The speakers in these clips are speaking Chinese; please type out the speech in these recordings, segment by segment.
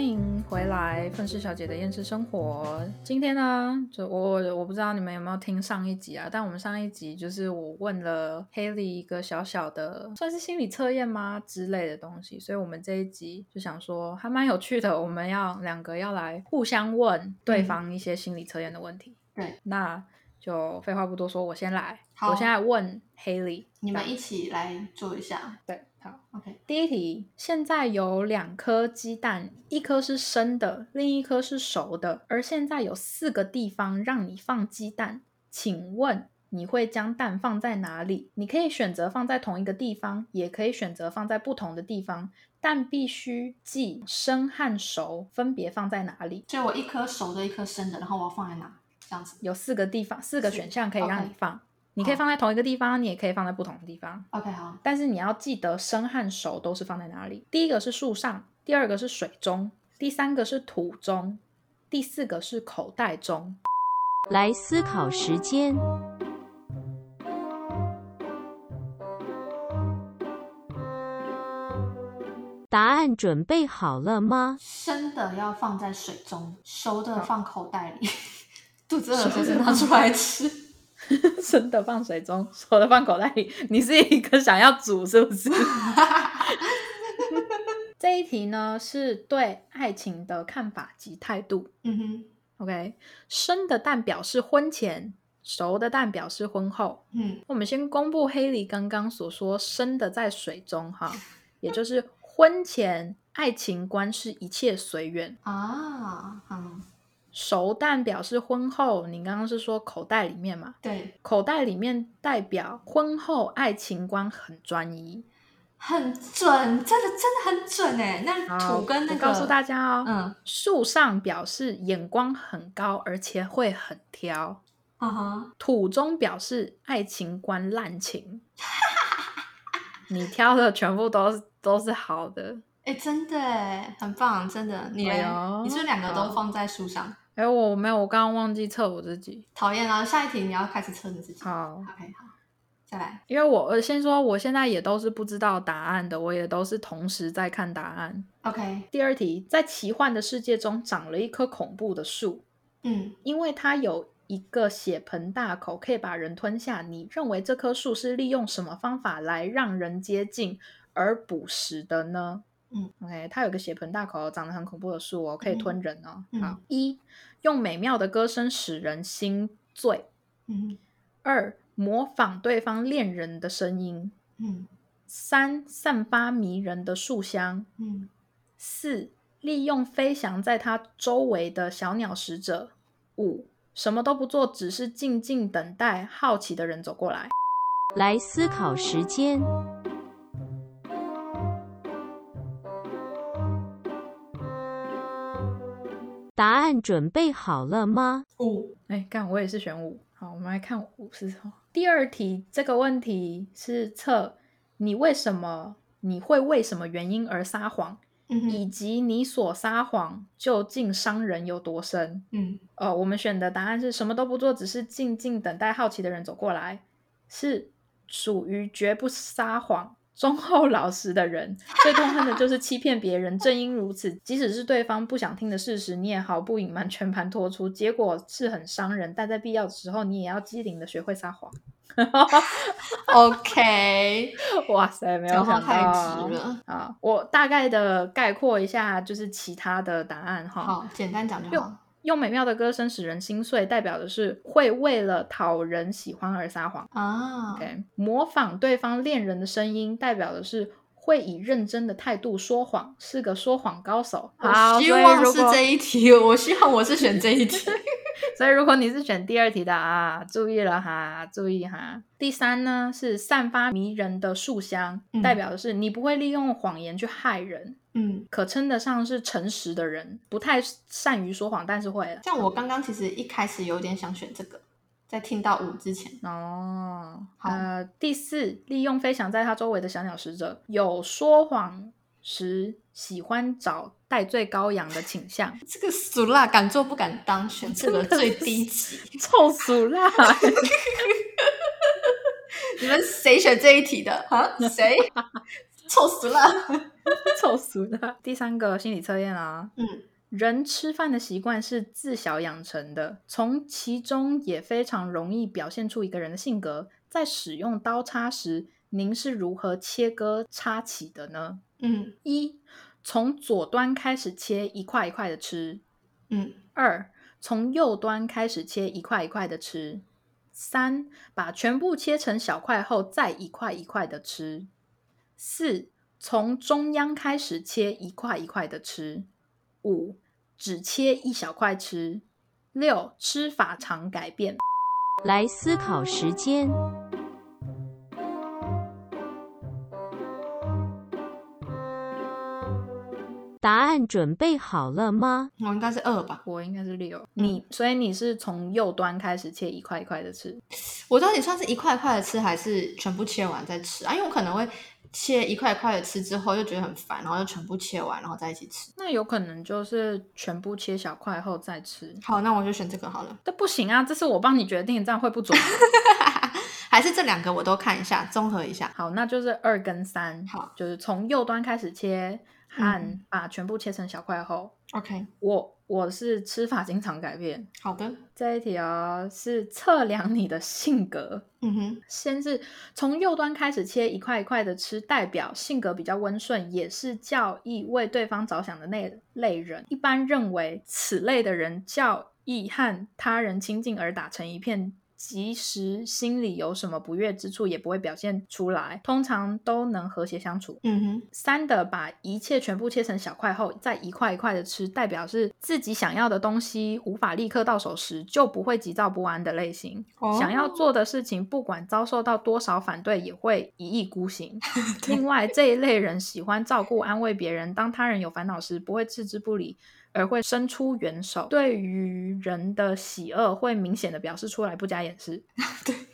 迎回来，愤世小姐的厌世生活。今天呢，就我我我不知道你们有没有听上一集啊？但我们上一集就是我问了 Haley 一个小小的，算是心理测验吗之类的东西，所以我们这一集就想说还蛮有趣的，我们要两个要来互相问对方一些心理测验的问题。嗯对，那就废话不多说，我先来，好我先来问 Haley，你这们样一起来做一下。对好。 OK，第一题，现在有两颗鸡蛋，一颗是生的，另一颗是熟的，而现在有四个地方让你放鸡蛋，请问你会将蛋放在哪里？你可以选择放在同一个地方，也可以选择放在不同的地方，但必须记生和熟分别放在哪里。所以我一颗熟的，一颗生的，然后我要放在哪？这样子。有四个地方，四个是选项可以让 OK 你放，你可以好放在同一个地方，你也可以放在不同的地方。 OK，好，但是你要记得生和熟都是放在哪里。第一个是树上，第二个是水中，第三个是土中，第四个是口袋中。 来思考时间。答案准备好了吗？生的要放在水中，熟的好放口袋里， 肚子饿了随时拿出来吃。生的放水中，熟的放口袋里。你是一个想要煮是不是？ 这一题呢是对爱情的看法及态度。 嗯哼， OK，生的蛋表示婚前，熟的蛋表示婚后。嗯，我们先公布黑里刚刚所说生的在水中哈，也就是婚前爱情观是一切随缘，啊，嗯，熟但表示婚后。你刚刚是说口袋里面嘛？对，口袋里面代表婚后爱情观很专一。很准，真的真的很准哎。那好土跟那个，我告诉大家哦，嗯，树上表示眼光很高，而且会很挑；啊哈，土中表示爱情观滥情。 你挑的全部都是都是好的。哎，真的哎，很棒，真的。你嘞哎呦你是不是两个都好放在书上？哎、我没有，我刚刚忘记测我自己。讨厌啊！下一题你要开始测你自己。好， ，OK，好，再来。因为我呃先说，我现在也都是不知道答案的，我也都是同时在看答案。 OK，第二题，在奇幻的世界中长了一棵恐怖的树，嗯，因为它有一个血盆大口，可以把人吞下。你认为这棵树是利用什么方法来让人接近而捕食的呢？嗯，OK，它有个血盆大口，长得很恐怖的树哦，可以嗯吞人哦。嗯好，一用美妙的歌声使人心醉。嗯二、模仿对方恋人的声音；嗯三、散发迷人的树香；嗯四、利用飞翔在它周围的小鸟使者；五、什么都不做，只是静静等待好奇的人走过来。来思考时间。答案准备好了吗？五哎，干，我也是选五。好，我们来看五是什么。第二题这个问题是测你为什么你会为什么原因而撒谎，嗯以哼及你所撒谎究竟伤人有多深。嗯呃，我们选的答案是什么都不做，只是静静等待好奇的人走过来，是属于绝不撒谎、忠厚老实的人。最痛恨的就是欺骗别人。正因如此，即使是对方不想听的事实，你也毫不隐瞒，全盘托出，结果是很伤人。但在必要的时候，你也要机灵的学会撒谎。 ，OK，哇塞，没有讲话想到太啊直了。啊！我大概的概括一下，就是其他的答案哈。好，简单讲就好。用美妙的歌声使人心碎，代表的是会为了讨人喜欢而撒谎。啊 OK，模仿对方恋人的声音，代表的是会以认真的态度说谎，是个说谎高手。好，我希所以望如是果这一题， 我希望我是选这一 题。所以如果你是选第二题的啊，注意了哈，注意哈。第三呢是散发迷人的树香，嗯代表的是你不会利用谎言去害人，嗯，可称得上是诚实的人，不太善于说谎，但是会了。像我刚刚其实一开始有点想选这个，在听到五之前，哦，好，呃，第四，利用飞翔在他周围的小鸟使者，有说谎时喜欢找戴罪羔羊的倾向这个俗辣敢做不敢当，选这个真的最 低级。 臭俗啦！ 你们谁选这一题的？啊，谁？臭死了。 臭死了。 第三个心理测验啊，嗯，人吃饭的习惯是自小养成的，从其中也非常容易表现出一个人的性格。在使用刀叉时，您是如何切割叉起的呢？嗯一，从左端开始切，一块一块的吃；嗯二，从右端开始切，一块一块的吃；三，把全部切成小块后，再一块一块的吃；四，从中央开始切，一块一块的吃；五，只切一小块吃；六，吃法常改变。来思考时间。答案准备好了吗？我哦应该是二吧。我应该是六，你所以你是从右端开始切一块一块的吃，我到底算是一块块的吃，还是全部切完再吃啊？因为我可能会切一块块的吃之后，就觉得很烦，然后就全部切完，然后再一起吃。那有可能就是全部切小块后再吃。好，那我就选这个好了。 这不行啊！这是我帮你决定，这样会不准。啊还是这两个我都看一下，综合一下。好，那就是二跟三，好，就是从右端开始切，和嗯把全部切成小块后， OK，我我是吃法经常改变。好的。这一条是测量你的性格，嗯哼，先是从右端开始切一块一块的吃，代表性格比较温顺，也是较易为对方着想的那类人。一般认为此类的人较易和他人亲近而打成一片。即使心里有什么不悦之处，也不会表现出来，通常都能和谐相处。嗯哼，三的把一切全部切成小块后，再一块一块的吃，代表是自己想要的东西无法立刻到手时，就不会急躁不安的类型。哦想要做的事情，不管遭受到多少反对，也会一意孤 行。另外，这一类人喜欢照顾、安慰别人，当他人有烦恼时，不会置之不理，而会伸出援手。对于人的喜恶，会明显的表示出来，不加掩饰。 对。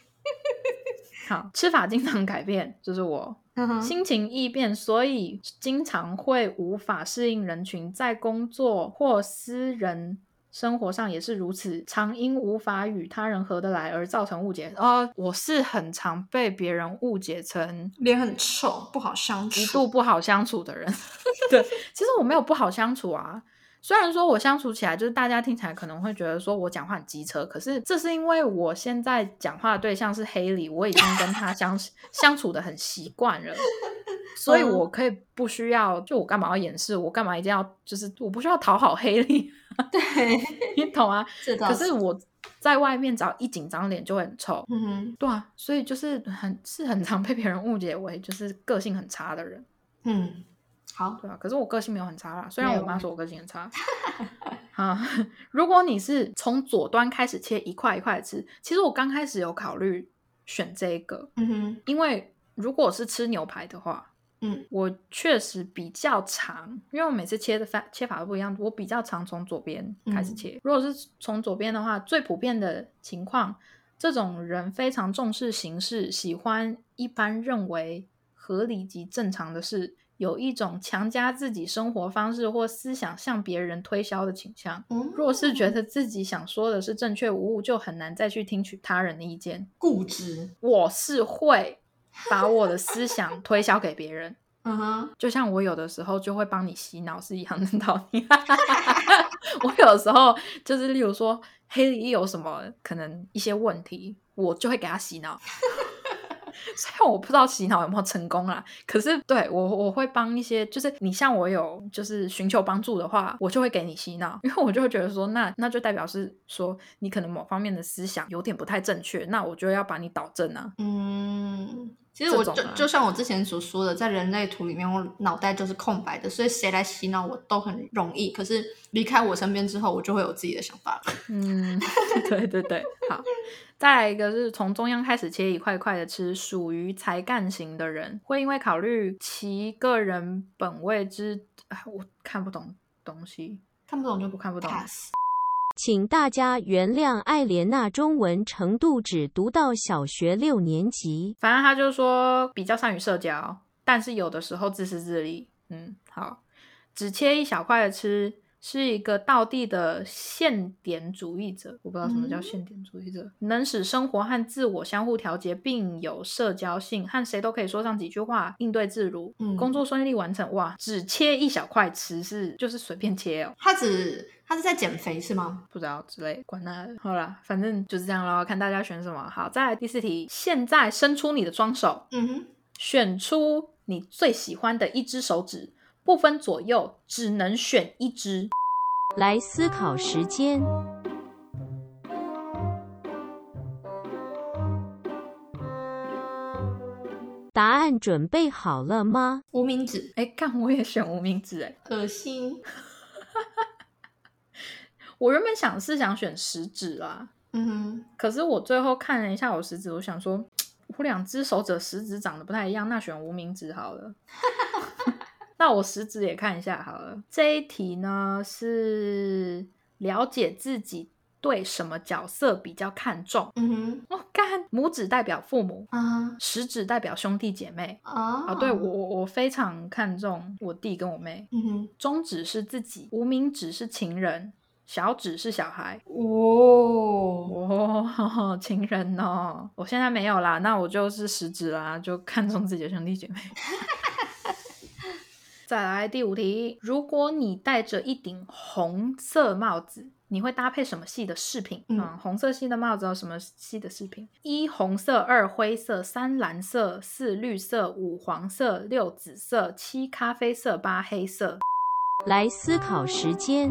好，吃法经常改变，就是我。嗯哼，心情易变，所以经常会无法适应人群，在工作或私人生活上也是如此，常因无法与他人合得来而造成误解。哦，我是很常被别人误解成脸很臭，不好相处。一度不好相处的人。 对，其实我没有不好相处啊。虽然说我相处起来，就是大家听起来可能会觉得说我讲话很机车，可是这是因为我现在讲话的对象是黑里，我已经跟他相相处的很习惯了，所以我可以不需要，就我干嘛要掩饰，我干嘛一定要，就是我不需要讨好黑里，啊对，你懂啊？这倒可是我在外面只要一紧张，脸就会很臭。嗯哼，对啊，所以就是很是很常被别人误解为就是个性很差的人。嗯，好，对啊，可是我个性没有很差啦，虽然没我有妈说我个性很 差。好，如果你是从左端开始切一块一块吃，其实我刚开始有考虑选这个，嗯哼，因为如果是吃牛排的话，嗯，我确实比较长，因为我每次切的法切法都不一样，我比较常从左边开嗯始切。如果是从左边的话，最普遍的情况，这种人非常重视形式，喜欢一般认为合理及正常的事，有一种强加自己生活方式或思想向别人推销的倾向。嗯若是觉得自己想说的是正确无误，就很难再去听取他人的意见。固执，我是会把我的思想推销给别人，嗯哼，就像我有的时候就会帮你洗脑是一样的道理。 我有时候就是，例如说黑里有什么可能一些问题，我就会给他洗脑。 虽然我不知道洗脑有没有成功啦，可是对我我会帮一些，就是你像我有就是寻求帮助的话，我就会给你洗脑， 因为我就会觉得说，那那就代表是说你可能某方面的思想有点不太正确，那我就要把你导正啊。嗯。其实我这就种啊就像我之前所说的，在人类图里面，我脑袋就是空白的，所以谁来洗脑我都很容易。可是离开我身边之后，我就会有自己的想法了。嗯， 对对对，好。再来一个是从中央开始切一块一块的吃，属于才干型的人，会因为考虑其个人本位之，啊我看不懂东西，看不懂就我看不懂。 pass。请大家原谅艾莲娜中文程度只读到小学六年级。反正他就说比较善于社交，但是有的时候自私自利。嗯，好，只切一小块的吃，是一个道地的现典主义者，我不知道什么叫现典主义者，能使生活和自我相互调节，并有社交性，和谁都可以说上几句话，应对自如，嗯工作顺利完成。哇，只切一小块吃是就是随便切哦，他只他是在减肥是吗？不知道之类，管他的，好啦，反正就是这样咯，看大家选什么。好，再来第四题，现在伸出你的双手，嗯哼，选出你最喜欢的一只手指，不分左右，只能选一只。来思考时间。答案准备好了吗？无名指，哎，干，我也选无名指哎。恶心。我原本想是想选食指啦，嗯哼，可是我最后看了一下我食指，我想说，我两只手指的食指长得不太一样，那选无名指好了。 那我食指也看一下好了。这一题呢是了解自己对什么角色比较看重。嗯哼，我、哦、干，拇指代表父母，啊食指代表兄弟姐妹。啊啊，对我，我我非常看重我弟跟我妹，嗯哼，中指是自己，无名指是情人，小指是小孩，哦，哦， 情人哦，我现在没有啦，那我就是食指啦，就 看中自己的兄弟姐妹。 再来第五题，如果你戴着一顶红色帽子，你会搭配什么系的饰品？啊嗯红色系的帽子有什么系的饰品？一红色，二灰色，三蓝色，四绿色，五黄色，六紫色，七咖啡色，八黑色。来思考时间。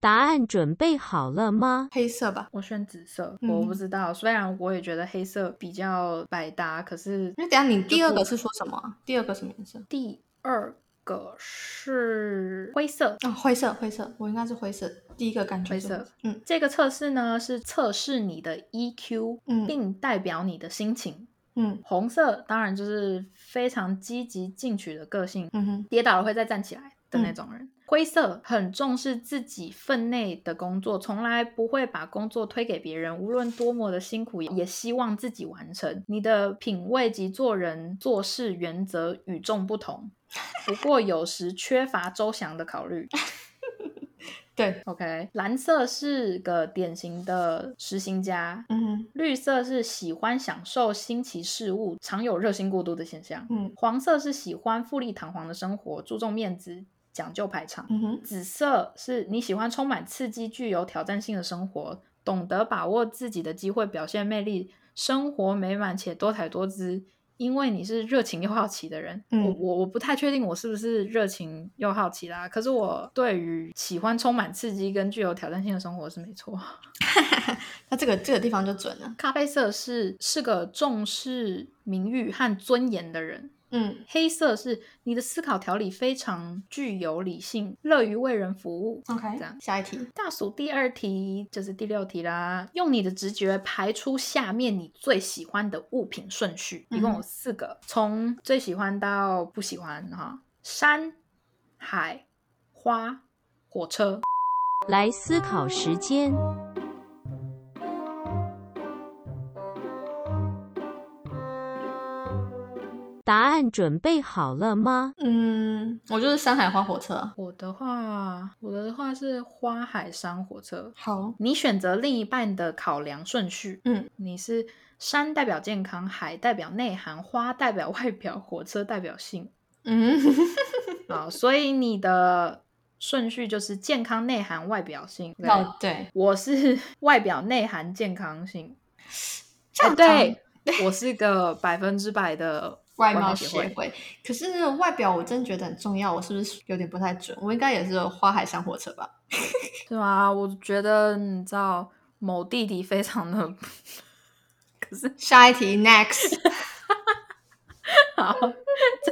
答案准备好了吗？黑色吧，我选紫色，嗯我不知道，虽然我也觉得黑色比较百搭，可是那等一下你第二个是说什么啊？第二个什么颜色？第二个是灰色。啊，灰色，灰色，我应该是灰色。第一个感觉是灰色，嗯这个测试呢是测试你的 EQ，、嗯并代表你的心情。嗯红色当然就是非常积极进取的个性，嗯哼，跌倒了会再站起来的那种人。灰色很重视自己分内的工作，从来不会把工作推给别人，无论多么的辛苦，也希望自己完成。你的品味及做人做事原则与众不同，不过有时缺乏周详的考虑。对， OK，蓝色是个典型的实行家，嗯哼，绿色是喜欢享受新奇事物，常有热心过度的现象。嗯黄色是喜欢富丽堂皇的生活，注重面子，讲究排场。嗯哼，紫色是你喜欢充满刺激、具有挑战性的生活，懂得把握自己的机会，表现魅力，生活美满且多彩多姿。因为你是热情又好奇的人，嗯我我我不太确定我是不是热情又好奇啦。可是我对于喜欢充满刺激跟具有挑战性的生活是没错。 那这个这个地方就准了。咖啡色是是个重视名誉和尊严的人，嗯黑色是你的思考条理非常具有理性，乐于为人服务。这样，OK，下一题。倒数第二题就是第六题啦，用你的直觉排出下面你最喜欢的物品顺序，嗯一共有四个，从最喜欢到不喜欢哈。山、海、花、火车。来思考时间。答案准备好了吗？嗯，我就是山海花火车。我的话，我的话是花、海、山、火车。好，你选择另一半的考量顺序，嗯，你是山代表健康，海代表内涵，花代表外表，火车代表性嗯， 啊，所以你的顺序就是健康、内涵、外表性。对哦，对，我是 外表、内涵、健康性。这哎样对，我是个百分之百的外貌协协会。会。可是外表我真觉得很重要，我是不是有点不太准？我应该也是花海山火车吧？对啊，我觉得你知道某弟弟非常的，可是下一题，next，好，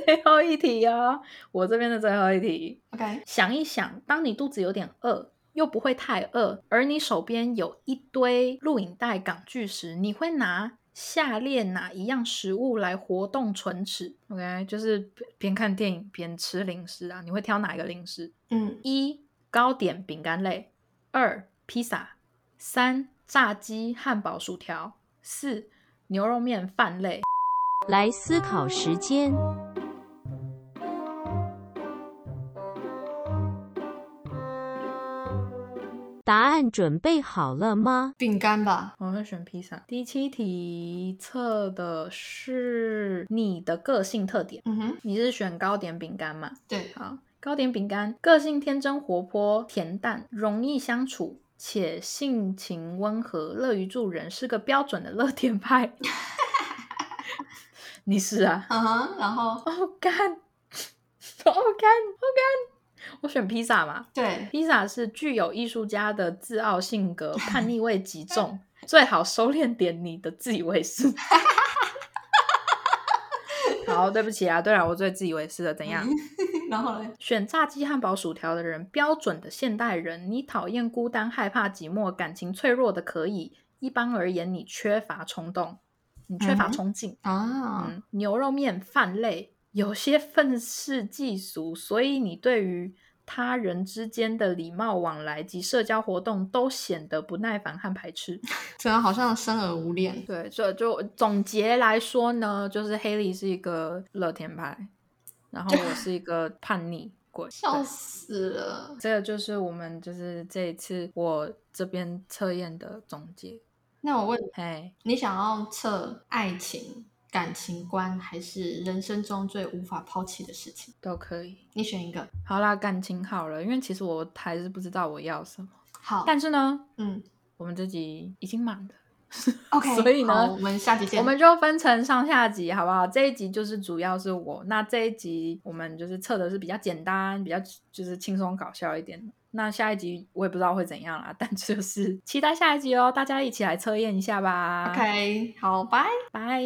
最后一题哦，我这边的最后一题。 OK，想一想，当你肚子有点饿，又不会太饿，而你手边有一堆录影带、港剧时，你会拿下列哪一样食物来活动唇齿？OK，就是边看电影边吃零食啊，你会挑哪一个零食？嗯，一糕点、饼干类；二披萨；三炸鸡、汉堡、薯条；四牛肉面、饭类。来思考时间。答案准备好了吗？饼干吧，我会选披萨。第七题测的是你的个性特点，嗯哼，你是选糕点饼干嘛？对，好，糕点饼干，个性天真活泼、恬淡，容易相处，且性情温和，乐于助人，是个标准的乐天派。你是啊？嗯哼，然后哦干，哦干，哦干，我选披萨嘛。对， 披萨是具有艺术家的自傲性格，叛逆味极重，最好收敛点你的自以为是。好，对不起啊，对了，我最自以为是了，怎样？然后嘞，选炸鸡、汉堡、薯条的人，标准的现代人。你讨厌孤单、害怕寂寞、感情脆弱的可以。一般而言，你缺乏冲动，你缺乏嗯冲劲。啊，嗯，牛肉面、饭类有些愤世嫉俗，所以你对于他人之间的礼貌往来及社交活动都显得不耐烦和排斥。整个好像生而无恋，对，所以就总结来说呢，就是黑莉是一个乐天派，然后我是一个叛逆 鬼。笑对死了。这个就是我们就是这一次我这边测验的总结。那我问你，嘿，你想要测爱情、感情观，还是人生中最无法抛弃的事情？都可以。你选一个。好啦，感情好了，因为其实我还是不知道我要什么。好，但是呢， 嗯我们这集已经满了， ，OK，所以呢好我们下集见。我们就分成上下集，好不好？这一集就是主要是我，那这一集我们就是测的是比较简单，比较就是轻松搞笑一点的。那下一集我也不知道会怎样啦，但 就是期待下一集哦，大家一起来测验一下吧。 OK，好，拜。拜。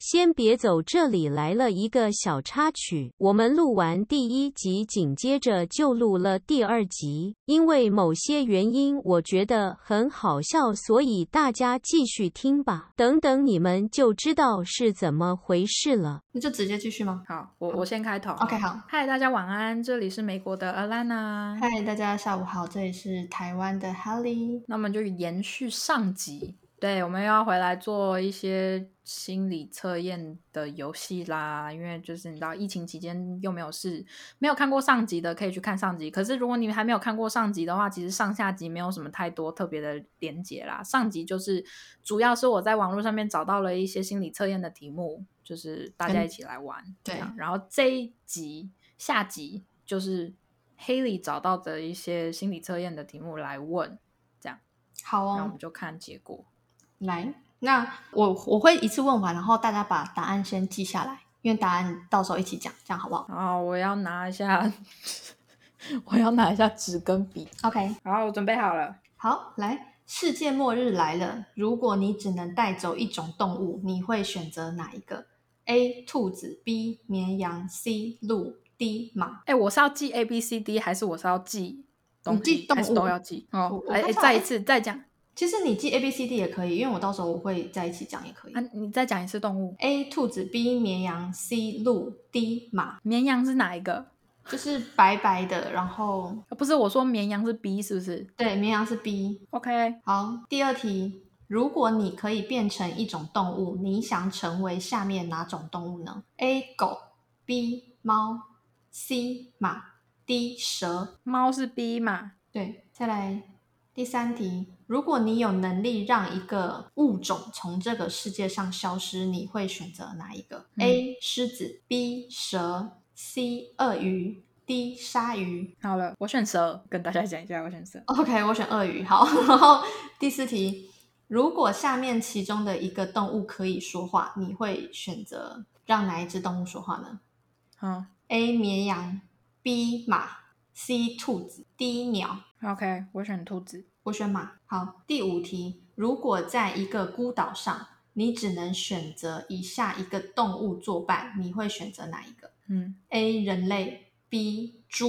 先别走，这里来了一个小插曲。我们录完第一集，紧接着就录了第二集。因为某些原因，我觉得很好笑，所以大家继续听吧。等等，你们就知道是怎么回事了。那就直接继续吗好，我我先开头。啊？OK，好。嗨，大家晚安，这里是美国的 Alana。嗨，大家下午好，这里是台湾的 Helly。那我们就延续上集，对，我们又要回来做一些心理测验的游戏啦。因为就是你知道，疫情期间又没有事，没有看过上集的可以去看上集。可是如果你们还没有看过上集的话，其实上下集没有什么太多特别的连结啦。上集就是主要是我在网络上面找到了一些心理测验的题目，就是大家一起来玩。对这样然后这一集下集就是黑里找到的一些心理测验的题目来问。好然后我哦们，就看结果。来，那我我会一次问完，然后大家把答案先记下来，因为答案到时候一起讲，这样好不好然后我要拿一下， 我要拿一下纸跟笔。 ？OK，好，我准备好了。好，来，世界末日来了，如果你只能带走一种动物，你会选择哪一个？A. 兔子 B. 绵羊 C. 鹿 D. 马。哎，我是要记 A B C D，还是我是要记东你记西，动物还是都要记？我哦，我哎看哎，到再一哎次，再讲其实你记 A、B、C、D 也可以，因为我到时候我会在一起讲也可以。啊，你再讲一次动物。 A 兔子，B 绵羊，C 鹿，D 马，绵羊是哪一个？就是白白的，然后啊不是我说绵羊是 B 是不是对，绵羊是 B。 ？OK，好，第二题，如果你可以变成一种动物，你想成为下面哪种动物呢？A 狗，B 猫，C 马，D 蛇。猫是 B 嘛？对，再来第三题，如果你有能力让一个物种从这个世界上消失，你会选择哪一个、嗯 a 狮子，B 蛇，C 鳄鱼，D 鲨鱼。好了，我选蛇，跟大家讲一下，我选蛇。 OK，我选鳄鱼。好， 然后第四题，如果下面其中的一个动物可以说话，你会选择让哪一只动物说话呢好？A 绵羊，B 马，C 兔子，D 鸟。 ，OK，我选兔子。我选马。好，第五题，如果在一个孤岛上，你只能选择以下一个动物作伴，你会选择哪一个嗯， ？A. 人类 B. 猪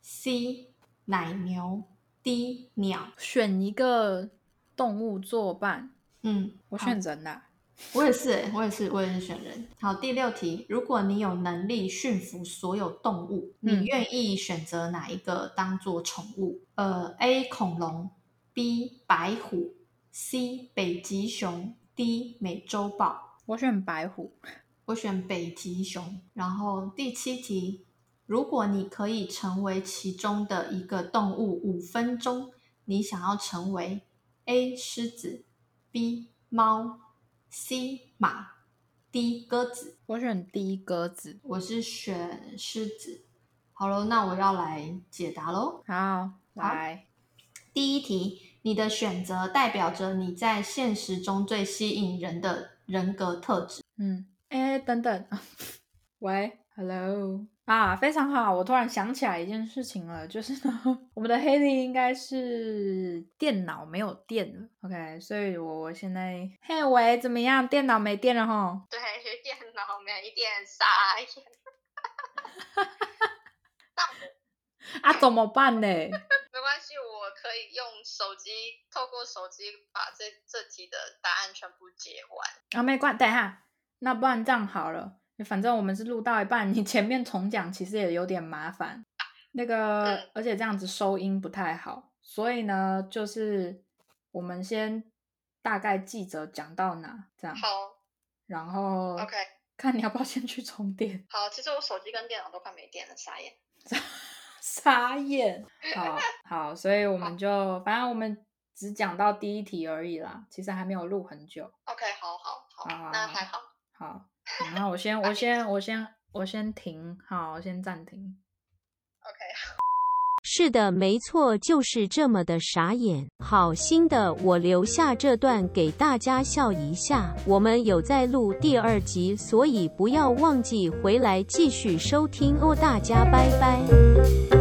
C. 奶牛 D. 鸟。选一个动物作伴，嗯，我好选人啊啦。我也是、欸，我也是，我也是选人。好，第六题，如果你有能力驯服所有动物，嗯你愿意选择哪一个当做宠物？呃，A 恐龙，B 白虎，C 北极熊，D 美洲豹。我选白虎，我选北极熊。然后第七题，如果你可以成为其中的一个动物五分钟，你想要成为 A 狮子，B 猫，C 马，D 鸽子。我选第一鸽子。我是选狮子。好喽，那我要来解答喽。好，来，第一题，你的选择代表着你在现实中最吸引人的人格特质。嗯，哎，等等， 喂，Hello 啊，非常好，我突然想起来一件事情了，就是呢， 我们的黑 y 应该是电脑没有电了，OK，所以我我现在，嘿喂，怎么样？电脑没电了吼？对，电脑哦没电，傻眼。啊，怎么办呢？没关系，我可以用手机，透过手机把这这题的答案全部解完。啊，没关，等一下，那不然这样好了，反正我们是录到一半，你 前面重讲其实也有点麻烦，那个、嗯而且这样子收音不太好，所以呢，就是我们先大概记着讲到哪这样，好然后，OK， 看你要不要先去充电， 好，其实我手机跟电脑都快没电了，傻眼。傻眼， 好好，所以我们就反正我们只讲到第一题而已啦，其实还没有录很久。 OK，好好好，好那好还好。 好，那我先，我先，我先，我先停，好，我先暂停。 OK，是的，没错，就是这么的傻眼。好心的，我留下这段给大家笑一下。我们有在录第二集，所以不要忘记回来继续收听哦。大家拜拜。